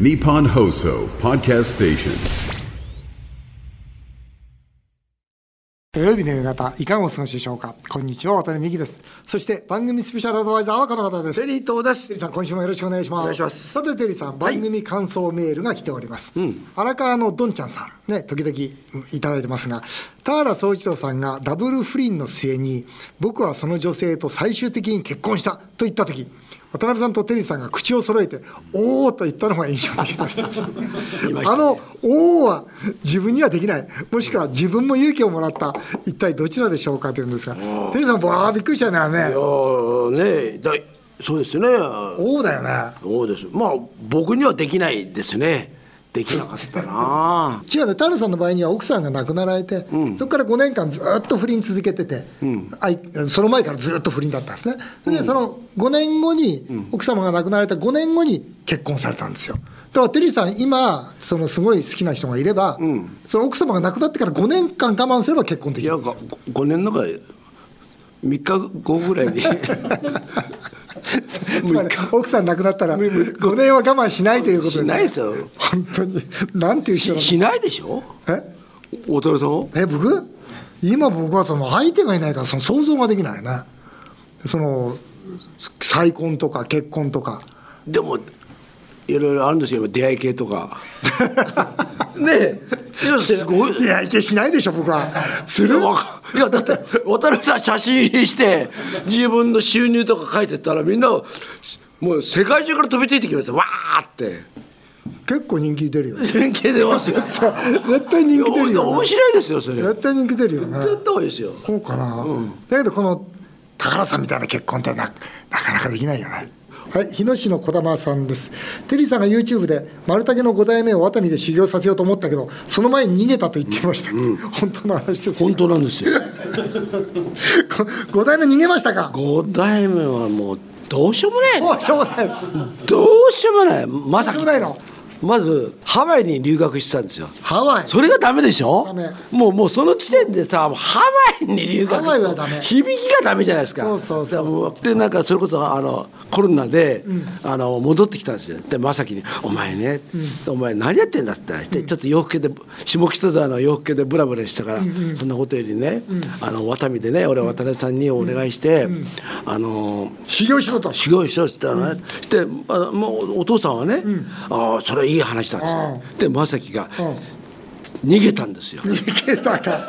Nippon Hoso Podcast Station. 土曜日の夕方、いかがお過ごしでしょうか。こんにちは、渡辺美希です。そして、番組スペシャルアドバイザーはこの方です。テリー東ですテリーさん、今週もよろしくお願いします。お願いしますさて、テリーさん、番組感想メールが来ております。荒川のどんちゃんさん、ね、時々いただいてますが、田原総一郎さんがダブル不倫の末に、僕はその女性と最終的に結婚したと言ったとき、渡辺さんとテリーさんが口を揃えて、おーと言ったのが印象的で した。あの、おーは自分にはできない、もしくは自分も勇気をもらった、一体どちらでしょうかというんですが、テリーさん、わーびっくりしたね、あれね。ああねだいそうですねおーだよね。そうですまあ僕にはできないですねできなかった な違うね、田原さんの場合には奥さんが亡くなられて、そこから5年間ずっと不倫続けてて、あいその前からずっと不倫だったんですね。それで、その5年後に、奥様が亡くなられた5年後に結婚されたんですよ。だからテリーさん、今、そのすごい好きな人がいれば、その奥様が亡くなってから5年間我慢すれば結婚でいきやるがんですよ。 5年の中で3日後ぐ らいにつまり奥さん亡くなったら、5年は我慢しないということですしね。ないですよ本当に、なんていう人しなしないでしょのえ渡さんもえ僕今僕はその相手がいないからその想像ができないねその再婚とか結婚とかでもいろいろあるんですよ出会い系と かねえいやすごいいやいけしないでしょ僕はすいるやわかいやだって渡辺さん写真入りして自分の収入とか書いてったらみんなしもう世界中から飛びついてきましたわーって 結構人気出るよ全景出ますよ絶対人気出るいやよ面白いですよそれ絶対人気出るよね絶対いいですよそうかな、だけどこの高原さんみたいな結婚ってななかなかできないよねはい日野市の児玉さんですテリーさんが YouTube で丸竹の5代目を熱海で修行させようと思ったけどその前に逃げたと言っていました、本当の話です本当なんですよ 5代目逃げましたか五代目はもうどうしようもないおいしょうがないどうしようもないまさどうしようもないのまずハワイに留学してたんですよハワイそれがダメでしょダメもうもうその時点でさもうハワイに留学ハワイはダメ響きがダメじゃないですかそうそうそうそうだからもでなんかそれこそあのコロナで、あの戻ってきたんですよでまさきに「お前ね、お前何やってんだ」って言って、ちょっと洋服系で下北沢の洋服系でブラブラしてたから、そんなことよりね、あの渡美でね俺は渡辺さんにお願いして、あの修行しろと修行しようって言ったのね、してあのもうお父さんはね「ああそれいい話だ」っつってで正樹が逃げたんです よ。逃げたか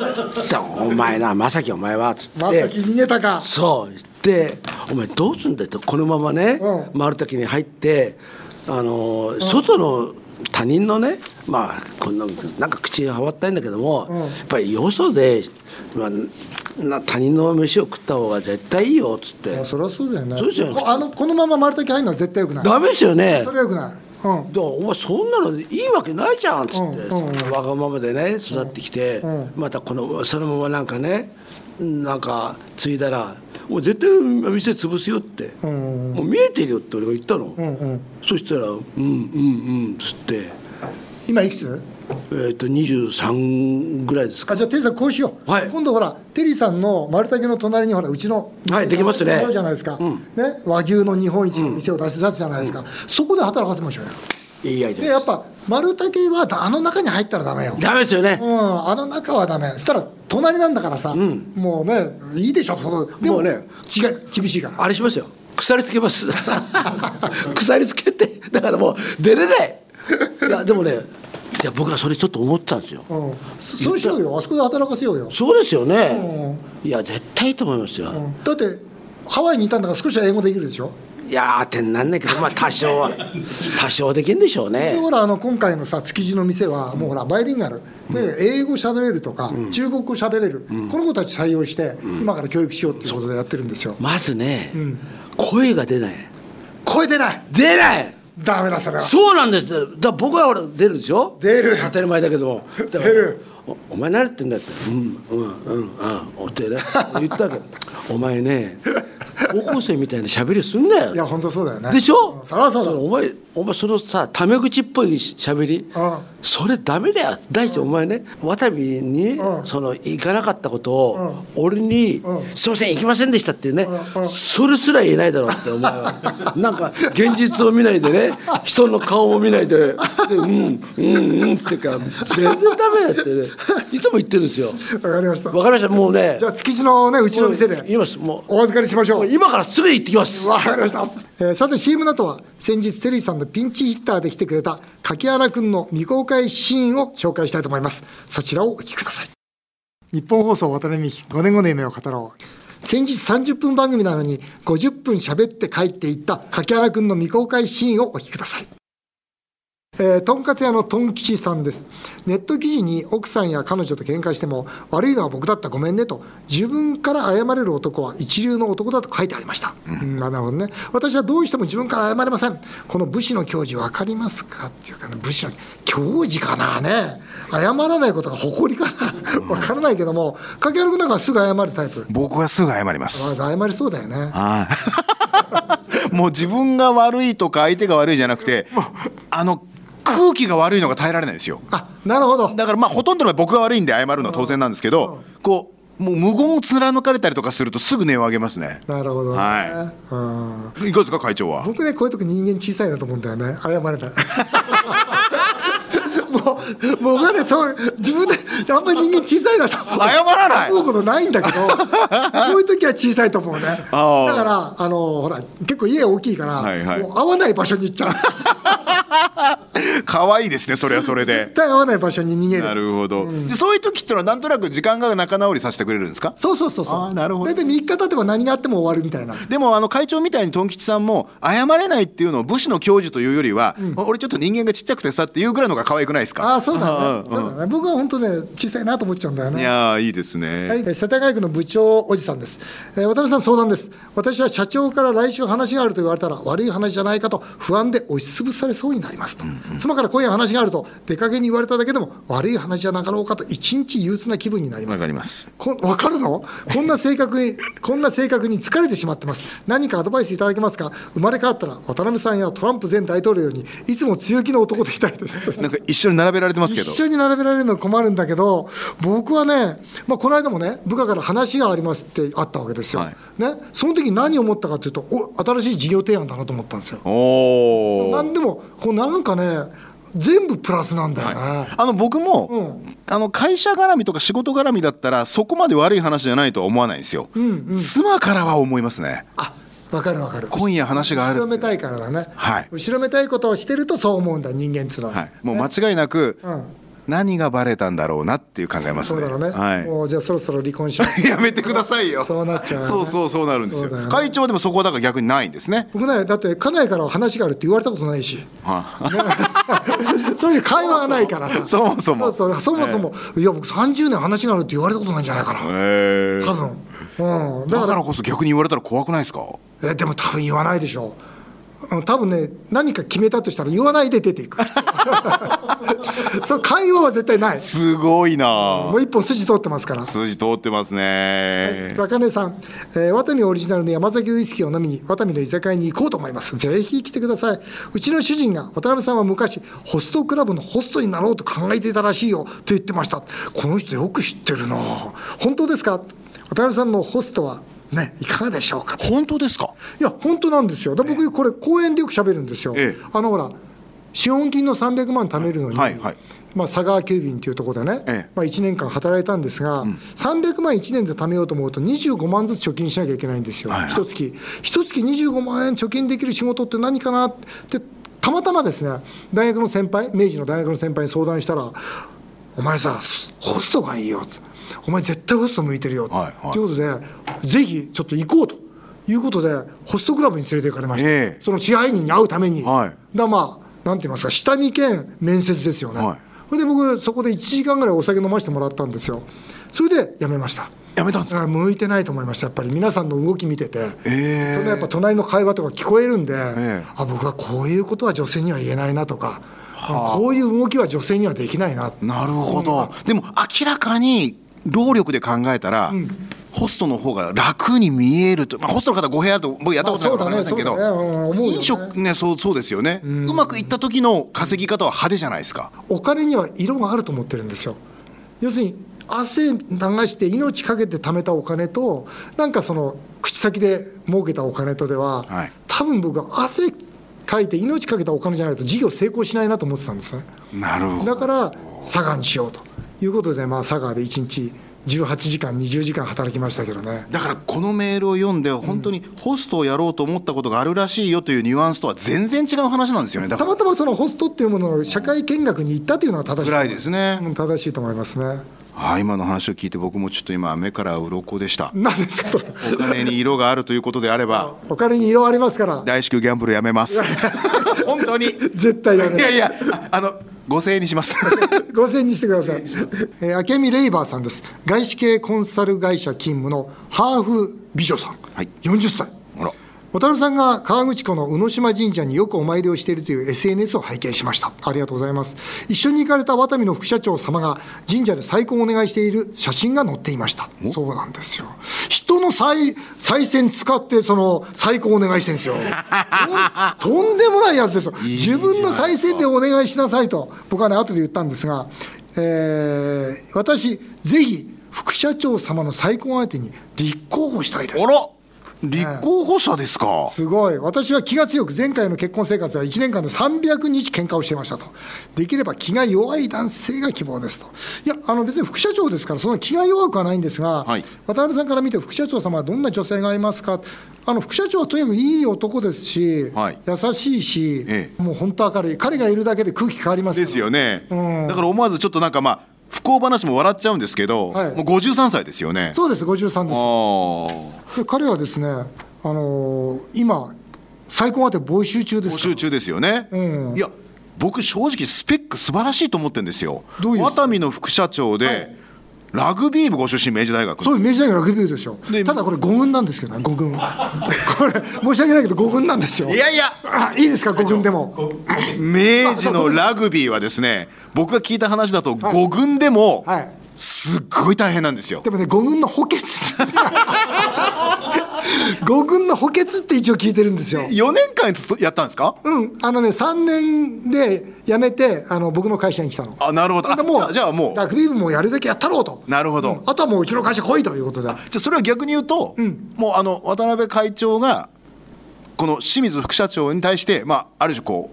だお前な正樹お前は」っつっまさてき逃げたかそうでお前どうすんだよ」ってこのままね、う丸滝に入ってあのー外の他人のねまあこんななんか口はわったいんだけども、やっぱりよそで、まあ、な他人の飯を食った方が絶対いいよっつって。いやそりゃそうだよねそうですよこあのこのまま丸竹入るのは絶対よくないダメですよねそれはよくないうんだからお前そんなのいいわけないじゃんっつって、うんうんわがままでね育ってきて、んまたこのそのままなんかねなんか継いだら「もう絶対店潰すよ」って、んもう見えてるよ」って俺が言ったの、んうんそしたら「うんうんうん」っつって、今いくつえー、と23ぐらいですかあじゃあテリーさんこうしよう、はい今度ほらテリーさんの丸竹の隣にほらうちのはいできますねあるじゃないですか、うんね、和牛の日本一の店を出してたじゃないですか、そこで働かせましょうよいいアイデでアやっですぱ丸竹はあの中に入ったらダメよダメですよね、うん、あの中はダメそしたら隣なんだからさ、もうねいいでしょそのでもうね違う厳しいからあれしますよ鎖つけます 鎖つけてだからもう出れないいやでもねいや僕はそれちょっと思ってたんですよ、うん、そそうしようよあそこで働かせようよ、そうですようんね、いや絶対いいと思いますよ、だってハワイにいたんだから少しは英語できるでしょいやーてんなんねんけどまあ多少 は多少できるんでしょうでねほらあの今回のさ築地の店はもうほらバイリンガルで英語喋れるとか中国語喋れるこの子たち採用して今から教育しようっていうことでやってるんですよまずね、声が出ない声出ない出ないダメだそれはそうなんですだから僕は俺出るでしょ出る当たり前だけども出出るおお前何やってんだって「うんうんうんああおってね言ったわけ お前ね高校生みたいな喋りすんなよいや本当そうだよねでしょうんそりゃそうだのお前お前そのさタメ口っぽいしゃべり、うんそれダメだよ大地、お前ね渡部に、うんその行かなかったことを、俺に、うんすいません行きませんでした」っていうね、うんうんそれすら言えないだろうってお前 はなんか現実を見ないでね人の顔も見ないででうんうんうん」っつってから全然ダメだってねいつも言ってるんですよわかりましたわかりましたもうねじゃあ築地のねうちの店で言いますもうお預かりしましょう今からすぐ行ってきますわかりました、えーさて CM の後は先日テリーさんのピンチヒッターで来てくれた柿原くんの未公開シーンを紹介したいと思いますそちらをお聞きください日本放送渡辺美希5年後の夢を語ろう先日30分番組なのに50分喋って帰っていった柿原くんの未公開シーンをお聞きくださいえーとんかつ屋のとん吉さんですネット記事に奥さんや彼女と喧嘩しても悪いのは僕だったごめんねと自分から謝れる男は一流の男だと書いてありました、うんなるほどね私はどうしても自分から謝れませんこの武士の矜持分かりますかっていうかね武士の矜持かなね謝らないことが誇りかな分からないけども掛原君なんかはすぐ謝るタイプ僕はすぐ謝りま。ますず謝りそうだよねはい もう自分が悪いとか相手が悪いじゃなくて、あの空気が悪いのが耐えられないんですよ。あなるほどだからまあほとんどの場合僕が悪いんで謝るのは当然なんですけど、こうもう無言を貫かれたりとかするとすぐ音を上げますね。なるほどね、はうんいかがですか会 長は。僕ねこういう時人間小さいなと思うんだよね謝れない もうもう僕はねそう自分であんまり人間小さいなと謝らない思うことないんだけ どこういう時は小さいと思うねだかあーらあのほら結構家大きいから、はいはいもう合わない場所に行っち ゃう可愛いですねそれはそれで 絶。対合わない場所に逃げるなるほど。でそういう時ってのはなんとなく時間が仲直りさせてくれるんですか。そうそうそうあそーうなるほど大体3日経てば何があっても終わるみたいなでもあの会長みたいにトン吉さんも謝れないっていうのを武士の教授というよりは、俺ちょっと人間がちっちゃくてさっていうぐらいのが可愛くないですかああそうだねうんそうだね僕は本当ね小さいなと思っちゃうんだよねいやーいいですね、はい、世田谷区の部長おじさんです、えー渡辺さん相談です私は社長から来週話があると言われたら悪い話じゃないかと不安で押しつぶされそうになりますと、妻から今夜話があると出かけに言われただけでも悪い話じゃなかろうかと一日憂鬱な気分になりまわすかりますこわかるのこんな性格 にこんな性格に疲れてしまってます何かアドバイスいただけますか生まれ変わったら渡辺さんやトランプ前大統領にいつも強気の男でいたいですとなんか一緒に並べられてますけど一緒に並べられるの困るんだけど僕はね、まあ、この間もね部下から話がありますってあったわけですよ、はいね、その時何を思ったかというとお新しい事業提案だなと思ったんですよおお何でもこうなんかね全部プラスなんだよね、あの僕も、あの会社絡みとか仕事絡みだったらそこまで悪い話じゃないとは思わないんですよ、妻からは思いますねあわかるわかる今夜話がある後ろめたいからだね、はい後ろめたいことをしてるとそう思うんだ人間っつうのは、はいもう間違いなく、うん何がバレたんだろうなっていう考えますそうねだろうね、はもうじゃあそろそろ離婚しよう い、やめてくださいよそうなっちゃうよねそうそうそうなるんですよそうだよね会長はでもそこはだから逆にないんですね僕ねだって家内からは話があるって言われたことないし、ね そういう会話がないからさそもそもそうそうそもそも、いや僕30年話があるって言われたことないんじゃないかな、 へー多分、うん、だだかかららこそ逆に言われたら怖くないですかえでも多分言わないでしょうん多分ね何か決めたとしたら言わないで出ていく そう会話は絶対ないすごいなもう一本筋通ってますから数字通ってますね若根さん、えー、ワタミオリジナルの山崎ウイスキーを飲みにワタミの居酒屋に行こうと思いますぜひ来てくださいうちの主人が渡辺さんは昔ホストクラブのホストになろうと考えていたらしいよと言ってましたこの人よく知ってるな本当ですか渡辺さんのホストはねいかがでしょうか本当ですかいや本当なんですよで僕これ講演でよく喋るんですよ、ええあのほら資本金の300万貯めるのに、はいはいまあ、佐川急便というところでね、ええまあ、1年間働いたんですが、300万1年で貯めようと思うと25万ずつ貯金しなきゃいけないんですよ、はいはい一月一月25万円貯金できる仕事って何かなってたまたまですね大学の先輩明治の大学の先輩に相談したら「お前さホストがいいよ」ってお前絶対ホスト向いてるよ」と、はいはいいうことでぜひちょっと行こうということでホストクラブに連れて行かれました、ええその支配人に会うために、はいだまあなんて言いますか下見兼面接ですよね、はいそれで僕そこで1時間ぐらいお酒飲ませてもらったんですよそれで辞めましたやめたんですかあ向いてないと思いましたやっぱり皆さんの動き見てて、えーそのやっぱ隣の会話とか聞こえるんで、えあ僕はこういうことは女性には言えないなとか、こういう動きは女性にはできないななるほど、でも明らかに労力で考えたら、ホストの方が楽に見えると、まあ、ホストの方語弊あると僕やったことないから分かりませんけまど、あそうだねそうだねうん思うよね飲食ねそうそうですよね、うまくいった時の稼ぎ方は派手じゃないですかお金には色があると思ってるんですよ。要するに汗流して命かけて貯めたお金となんかその口先で儲けたお金とでは、はい多分僕は汗かいて命かけたお金じゃないと事業成功しないなと思ってたんですねなるほだどから佐賀にしようということで、まあ、佐賀で1日18時間20時間働きましたけどねだからこのメールを読んで本当にホストをやろうと思ったことがあるらしいよというニュアンスとは全然違う話なんですよねだかたらまたまそのホストっていうものの社会見学に行ったというのが正しいぐらいですねうん正しいと思いますねあ今の話を聞いて僕もちょっと今目から鱗でした何ですかそれお金に色があるということであればお金に色ありますから大至急ギャンブルやめます 本当に絶対やめないいやいやああの5000円にします ご0にしてください。えー、明美レイバーさんです。外資系コンサル会社勤務のハーフ美女さん。はい40歳。ほら渡辺さんが川口湖の宇野島神社によくお参りをしているという SNS を拝見しました。ありがとうございます。一緒に行かれた渡美の副社長様が神社で再婚をお願いしている写真が載っていました。そうなんですよ。人の再、再選使って、その、再婚をお願いしてるんですよ。とんとんでもないやつですよ。自分の再選でお願いしなさいと、僕はね、後で言ったんですが、えー私、ぜひ、副社長様の再婚相手に立候補したいですあ。ら立候補者ですか、すごい私は気が強く前回の結婚生活では1年間で300日喧嘩をしていましたとできれば気が弱い男性が希望ですといやあの別に副社長ですからそんな気が弱くはないんですが、はい渡辺さんから見て副社長様はどんな女性がいますかあの副社長はとにかくいい男ですし、はい優しいし、ええもう本当明るい彼がいるだけで空気変わりますからですよね、うんだから思わずちょっとなんかまあ不幸話も笑っちゃうんですけど、はいもう53歳ですよねそうです53ですあで彼はですね、あのー今再婚当て募集中であ募すから集中ですよね、いや僕正直スペック素晴らしいと思ってるんですよどういう渡美の副社長で、はいラグビー部ご出身明治大学そう明治大学ラグビー部ですよでただこれ5軍なんですけどね5軍これ申し訳ないけど5軍なんですよいやいやあいいですか5軍でも明治のラグビーはですね僕が聞いた話だと5軍でもはいすっごい大変なんですよでもね5軍の補欠5軍の補欠って一応聞いてるんですよ4年間つとやったんですかうんあのね3年で辞めてあの僕の会社に来たのあなるほどあでもじゃあじゃあもうラグビー部もやるだけやったろうとなるほどうんあとはもううちの会社来いということでじゃあそれは逆に言うと、もうあの渡辺会長がこの清水副社長に対して、まあ、ある種こ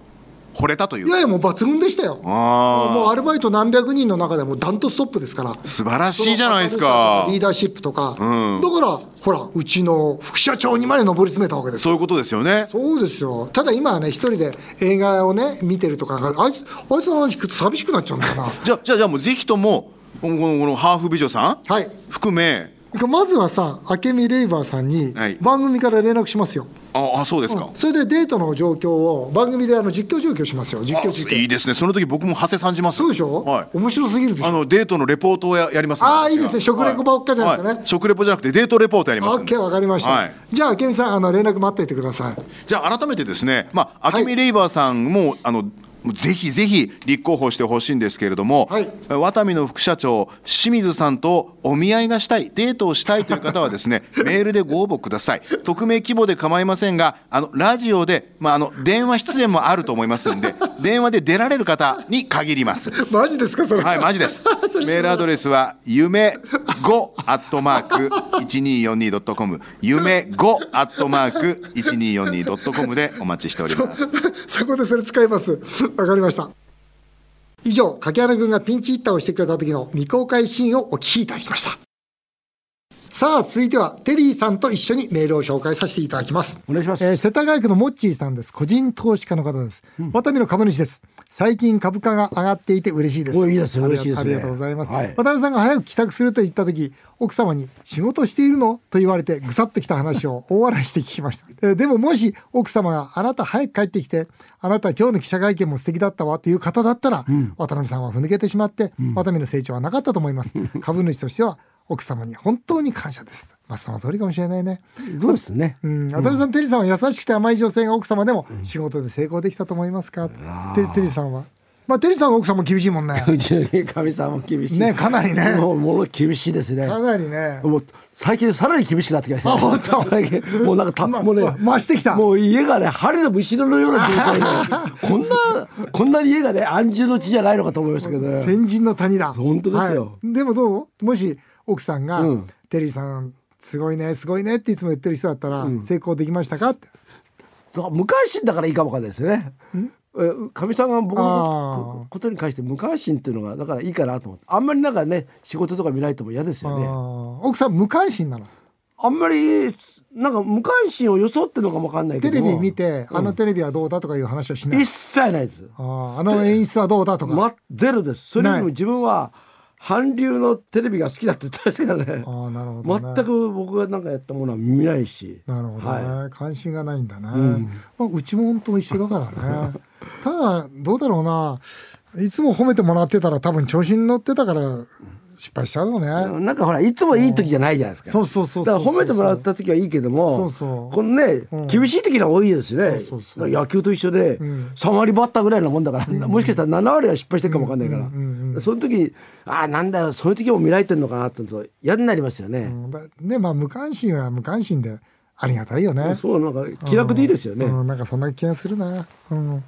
う惚れたといういやいやもう抜群でしたよあーもうアルバイト何百人の中でもダントツトップですから素晴らしいじゃないですかリーダーシップとか、だからほらうちの副社長にまで上り詰めたわけですよそういうことですよねそうですよただ今はね一人で映画をね見てるとかあいつあいつの話聞くと寂しくなっちゃうんだよ なじゃあじゃあじゃあもうぜひともこのこのこのハーフ美女さん、はい含めまずはさ明美レイバーさんにはい番組から連絡しますよ、ああそうですか、それでデートの状況を番組であの実況状況しますよ実況中あい継いですねその時僕も長谷さんじますそうでしょ、はい面白すぎるでしあょのデートのレポートをややりますあーいいですね食レポばっかじゃなくてね食レポじゃなくてデートレポートやりますオんッでケーわかりました、はいじゃあ明美さんあの連絡待っていてくださいじゃあ改めてですね、まあ、はい明美レイバーさんも、あのぜひぜひ立候補してほしいんですけれども、はいワタミの副社長清水さんとお見合いがしたいデートをしたいという方はで すねメールでご応募ください匿名希望で構いませんがあのラジオで、まあ、あの電話出演もあると思いま すんで電話で出られる方に限りますマジですかそれはい、マジです。 それ メールアドレスは夢5アットマーク 1242.com 夢5アットマーク 1242.com でお待ちしております。そこでそれ使います。わかりました。以上、柿原君がピンチヒッターをしてくれた時の未公開シーンをお聞きいただきました。さあ、続いてはテリーさんと一緒にメールを紹介させていただきます。お願いしますえー世田谷区のモッチーさんです。個人投資家の方です。ワタミの株主です。最近株価が上がっていて嬉しいです。おいいですねありが嬉しいですねありがとうございます。はい渡辺さんが早く帰宅すると言った時奥様に「仕事しているの?」と言われてぐさっときた話を 大笑いして聞きましたえーでももし奥様が「あなた早く帰ってきてあなた今日の記者会見も素敵だったわ」という 方だったら、渡辺さんはふぬけてしまって、渡辺の成長はなかったと思います株主としては奥様に本当に感謝です。まあその通りかもしれないね。そうですねうん、渡辺さん、テリーさんは優しくて甘い女性が奥様でも仕事で成功できたと思いますか、テテリーさんは。まあテリーさんの奥さんも厳しいもんね。うちのかみさんも厳しいねかなりねもうもの厳しいですねかなりね。もう最近さらに厳しくなってきました、ね。本当最近もうなんかた、もうね、ま増してきたもう家がね、針のむしろのよ うな状態で、こんな、こんなに家がね、安住の地じゃないのかと思いましたけどね。先人の谷だ。本当ですよはいでもどうもし奥さんが、テリーさんすごいねすごいねっていつも言ってる人だったら、成功できましたかって。だから無関心だからいいかもわかんないですよね。えかみさんが僕のあこことに関して無関心っていうのがだからいいかなと思ってあんまりなんかね仕事とか見ないとも嫌ですよあねー奥さん無関心なの。あんまりなんか無関心を装ってるのかもわかんないけテどレもビ見て、あのテレビはどうだとかいう話はしない一。切ないですあーあの演出はどうだとか。ま、ゼロですそれよりなもい自分は韓流のテレビが好きだって言ってましたからね あーなるほどね全く僕がなんかやったものは見ないしなるほどね、は関心がないんだね、まあ、うちも本当一緒だからね ただどうだろうないつも褒めてもらってたら多分調子に乗ってたから失敗しちゃうよいね、なんかほらいつもいい時じゃないじゃないですかそうそうそうそうだから褒めてもらった時はいいけどもそうそうこのね、厳しい時が多いですよねそうそうだから野球と一緒で、3割バッターぐらいのもんだから、もしかしたら7割は失敗してるかもわかんないから、その時にああなんだよそういう時も見られてるのかなって思うと嫌になりますよね、うんまあねまあ無関心は無関心でありがたいよねそうなんか気楽でいいですよね、うん、なんかそんな気がするな。うん。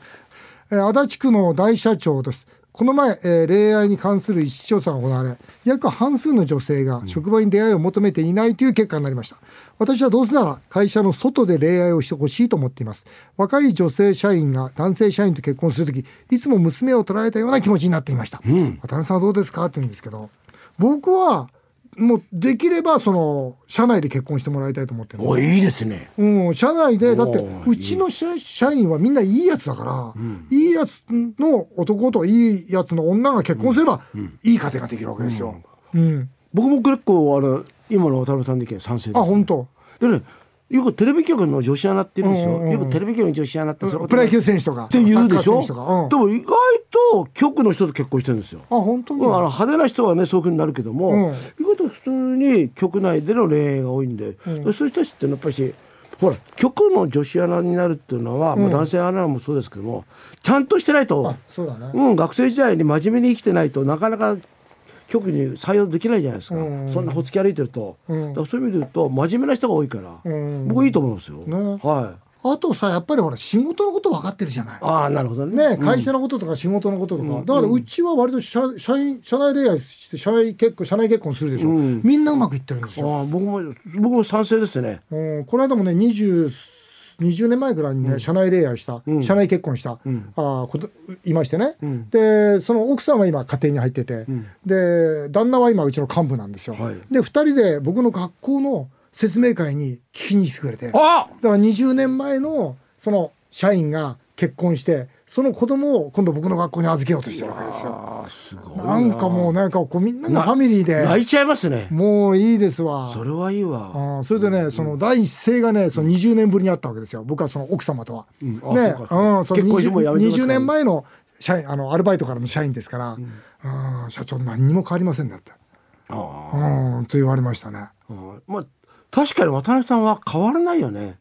えー足立区の大社長です。この前、えー恋愛に関する一調査が行われ、約半数の女性が職場に出会いを求めていないという結果になりました。私はどうせなら会社の外で恋愛をしてほしいと思っています。若い女性社員が男性社員と結婚するとき、いつも娘を捉えたような気持ちになっていました。渡辺さんはどうですかって言うんですけど、僕は、もうできればその社内で結婚してもらいたいと思ってるんですおいいですねうん、社内でだっておーうちの社社員はみんないいやつだから、いいやつの男といいやつの女が結婚すれば、いい家庭ができるわけですよ。うん僕も結構あの今の渡辺さんの意見賛成です、あ本当でねよくテレビ局の女子アナって言うんですよ、うんうんうんよくテレビ局の女子アナってそれこプそロ野球選手とかって言うでしょ、サッカー選手とか、うん、でも意外と局の人と結婚してるんですよ、あ本当に、まああの派手な人はねそういうふうになるけども、うん意外と普通に局内での恋愛が多いんで、そういう人たちってやっぱりしほら局の女子アナになるっていうのは、まあ、男性アナもそうですけどもちゃんとしてないとあそうだねうん、学生時代に真面目に生きてないとなかなか局に採用できないじゃないですか、そんなほつき歩いてると、だからそういう意味で言うと真面目な人が多いから、ん僕いいと思うんですよ、ねはいあとさやっぱりほら仕事のこと分かってるじゃない。ああなるほどね、ね会社のこととか仕事のこととか、だからうちは割と社社員社内恋愛して社内結婚社内結婚するでしょ、みんなうまくいってるんですよ。ああ僕も僕も賛成ですねうん、この間もね 20, 20年前ぐらいにね、社内恋愛した、社内結婚した、あーこといましてね、でその奥さんは今家庭に入ってて、で旦那は今うちの幹部なんですよ、はいで2人で僕の学校の説明会に聞きに来てくれてだかあら20年前のその社員が結婚してその子供を今度僕の学校に預けようとしてるわけですよあすごいなんかもうなんかこうみんながファミリー泣でいちゃいますねもういいですわそれはいいわあーそれでね、その第一声がね、その20年ぶりに会ったわけですよ。僕はその奥様とは。んあね、そうかそうかうん、その結婚してもうやめてますか20ら年前の社員、あのアルバイトからの社員ですから、うん、社長何にも変わりませんだって。うん、と言われましたね。うんまあ確かに渡辺さんは変わらないよね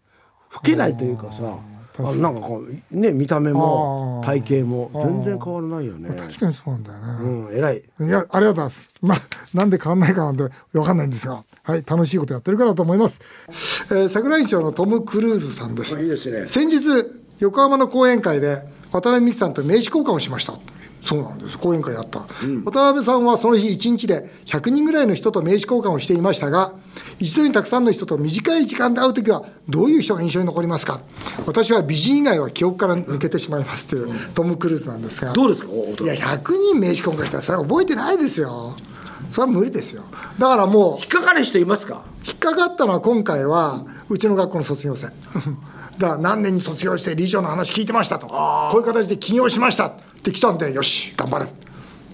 老けないというかさあなんかこうね見た目もあー体型も全然変わらないよね確かにそうなんだようね。ん偉いいや、ありがとうございます。まあ、なんで変わんないかなんてわかんないんですが、はい、楽しいことやってるからだと思います。えー、桜井町のトム・クルーズさんです。いいですね先日横浜の講演会で渡辺美樹さんと名刺交換をしましたそうなんです講演会やった、渡辺さんはその日1日で100人ぐらいの人と名刺交換をしていましたが一度にたくさんの人と短い時間で会う時はどういう人が印象に残りますか私は美人以外は記憶から抜けてしまいますというトム・クルーズなんですがどうですかおおいや100人名刺交換したらそれは覚えてないですよそれは無理ですよだからもう引っかかる人いますか引っかかったのは今回はうちの学校の卒業生 だから何年に卒業して理事長の話聞いてましたとこういう形で起業しましたって来たんでよし頑張れ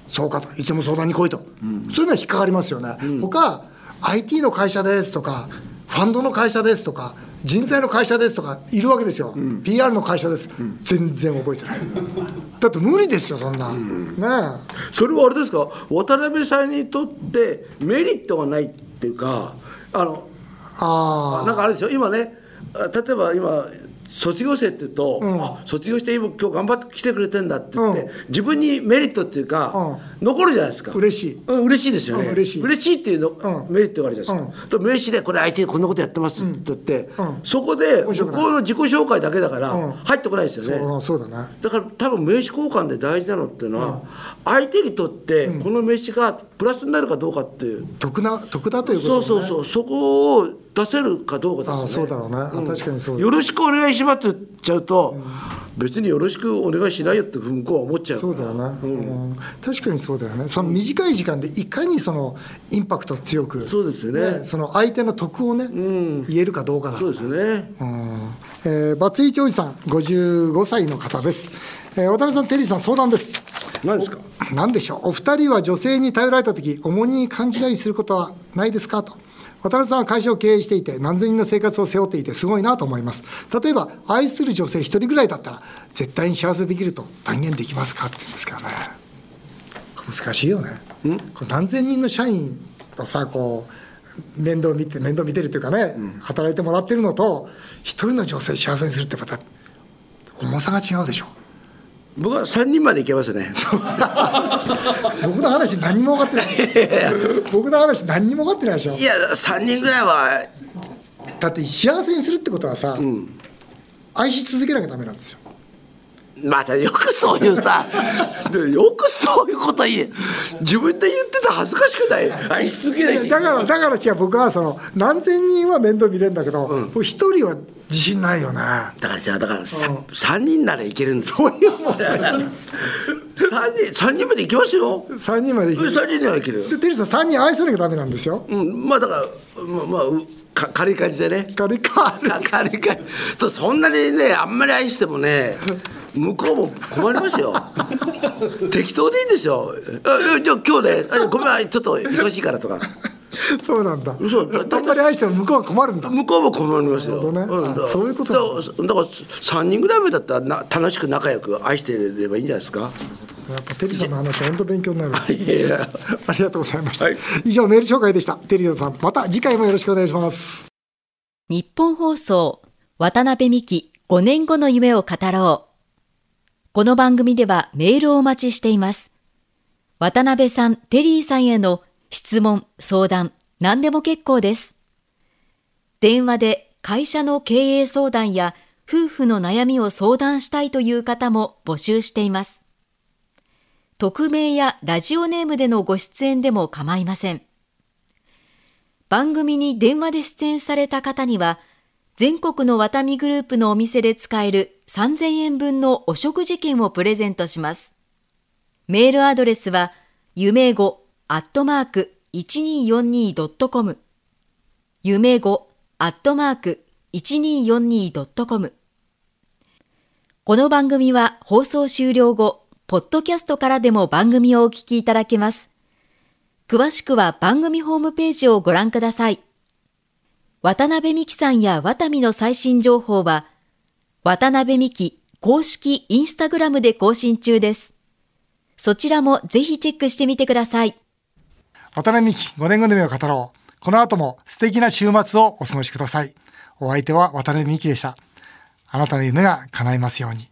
そうかといつも相談に来いと、そういうのは引っかかりますよね、他 IT の会社ですとかファンドの会社ですとか人材の会社ですとかいるわけですよ、PR の会社です、全然覚えてないだって無理ですよそんな、ねえそれはあれですか渡辺さんにとってメリットがないっていうかあのあなんかあれでしょ今ねあ例えば今卒業生って言うと、んあ卒業して今今日頑張って来てくれてんだって言って、うん自分にメリットっていうか、残るじゃないですか嬉しいうん、嬉しいですよね、うん嬉しいっていうの、うんメリットがあるじゃないですか、と名刺でこれ相手にこんなことやってますって言って、うんそこで面向白くないこうの自己紹介だけだから、うん入ってこないですよね、あそうだねだから多分名刺交換で大事なのっていうのは、相手にとってこの名刺がプラスになるかどうかっていう、得な得だということだそねうそうそうそこを出せるかどうかあですそようねだろうね、あ確かにそうだよろしくお願いしますって言っちゃうと、別によろしくお願いしないよって向こうは思っちゃうそうだよね、うん確かにそうだよねその短い時間でいかにそのインパクト強くそうですよねその相手の得をね、言えるかどうかだそうですよねうんえー、バツイチおじさん55歳の方です、えー渡辺さんテリーさん相談です何ですか何でしょうお二人は女性に頼られた時重荷に感じたりすることはないですかと渡辺さんは会社を経営していて何千人の生活を背負っていてすごいなと思います例えば愛する女性一人ぐらいだったら絶対に幸せできると断言できますかって言うんですからね難しいよねこう何千人の社員のさこう面倒見て面倒見てるというかね、働いてもらってるのと一人の女性幸せにするってまた重さが違うでしょ僕は3人までいけますね僕の話何にも分かってない僕の話何にも分かってないでしょいや3人ぐらいはだって幸せにするってことはさ、愛し続けなきゃダメなんですよまたよくそういう さでよくそういうこと言え自分で言ってた恥ずかしくないありすぎないしだからだから違う僕はその何千人は面倒見れるんだけど僕一、人は自信ないよねだからじゃあだからさ、三3人ならいけるんですそういうもんだよ三人三人までいきますよ3人までいけ3る人ではいけるでテリーさん3人愛さなきゃダメなんですようんまあだからまあ、まあ、うか軽い感じでね軽いかか軽い感じとそんなにねあんまり愛してもね向こうも困りますよ適当でいいんですよあいやじゃあ今日ねあごめんちょっと忙しいからとかそうなんだ嘘だだあんまり愛しても向こうは困るんだ向こうも困りますよ、なるほどねんあそういうことだからだから3人ぐらいまでだったらな楽しく仲良く愛してればいいんじゃないですかやっぱテリーさんの話本当勉強になる いやありがとうございました、はい以上メール紹介でしたテリーさんまた次回もよろしくお願いします日本放送渡辺美希5年後の夢を語ろうこの番組ではメールをお待ちしています渡辺さんテリーさんへの質問相談何でも結構です電話で会社の経営相談や夫婦の悩みを相談したいという方も募集しています匿名やラジオネームでのご出演でも構いません番組に電話で出演された方には、全国のワタミグループのお店で使える3000円分のお食事券をプレゼントします。メールアドレスは、夢語アットマーク 1242.com 夢語アットマーク 1242.com この番組は放送終了後、ポッドキャストからでも番組をお聞きいただけます。詳しくは番組ホームページをご覧ください。渡辺美希さんやワタミの最新情報は、渡辺美希公式インスタグラムで更新中です。そちらもぜひチェックしてみてください。渡辺美希5年後の夢を語ろう。この後も素敵な週末をお過ごしください。お相手は渡辺美希でした。あなたの夢が叶いますように。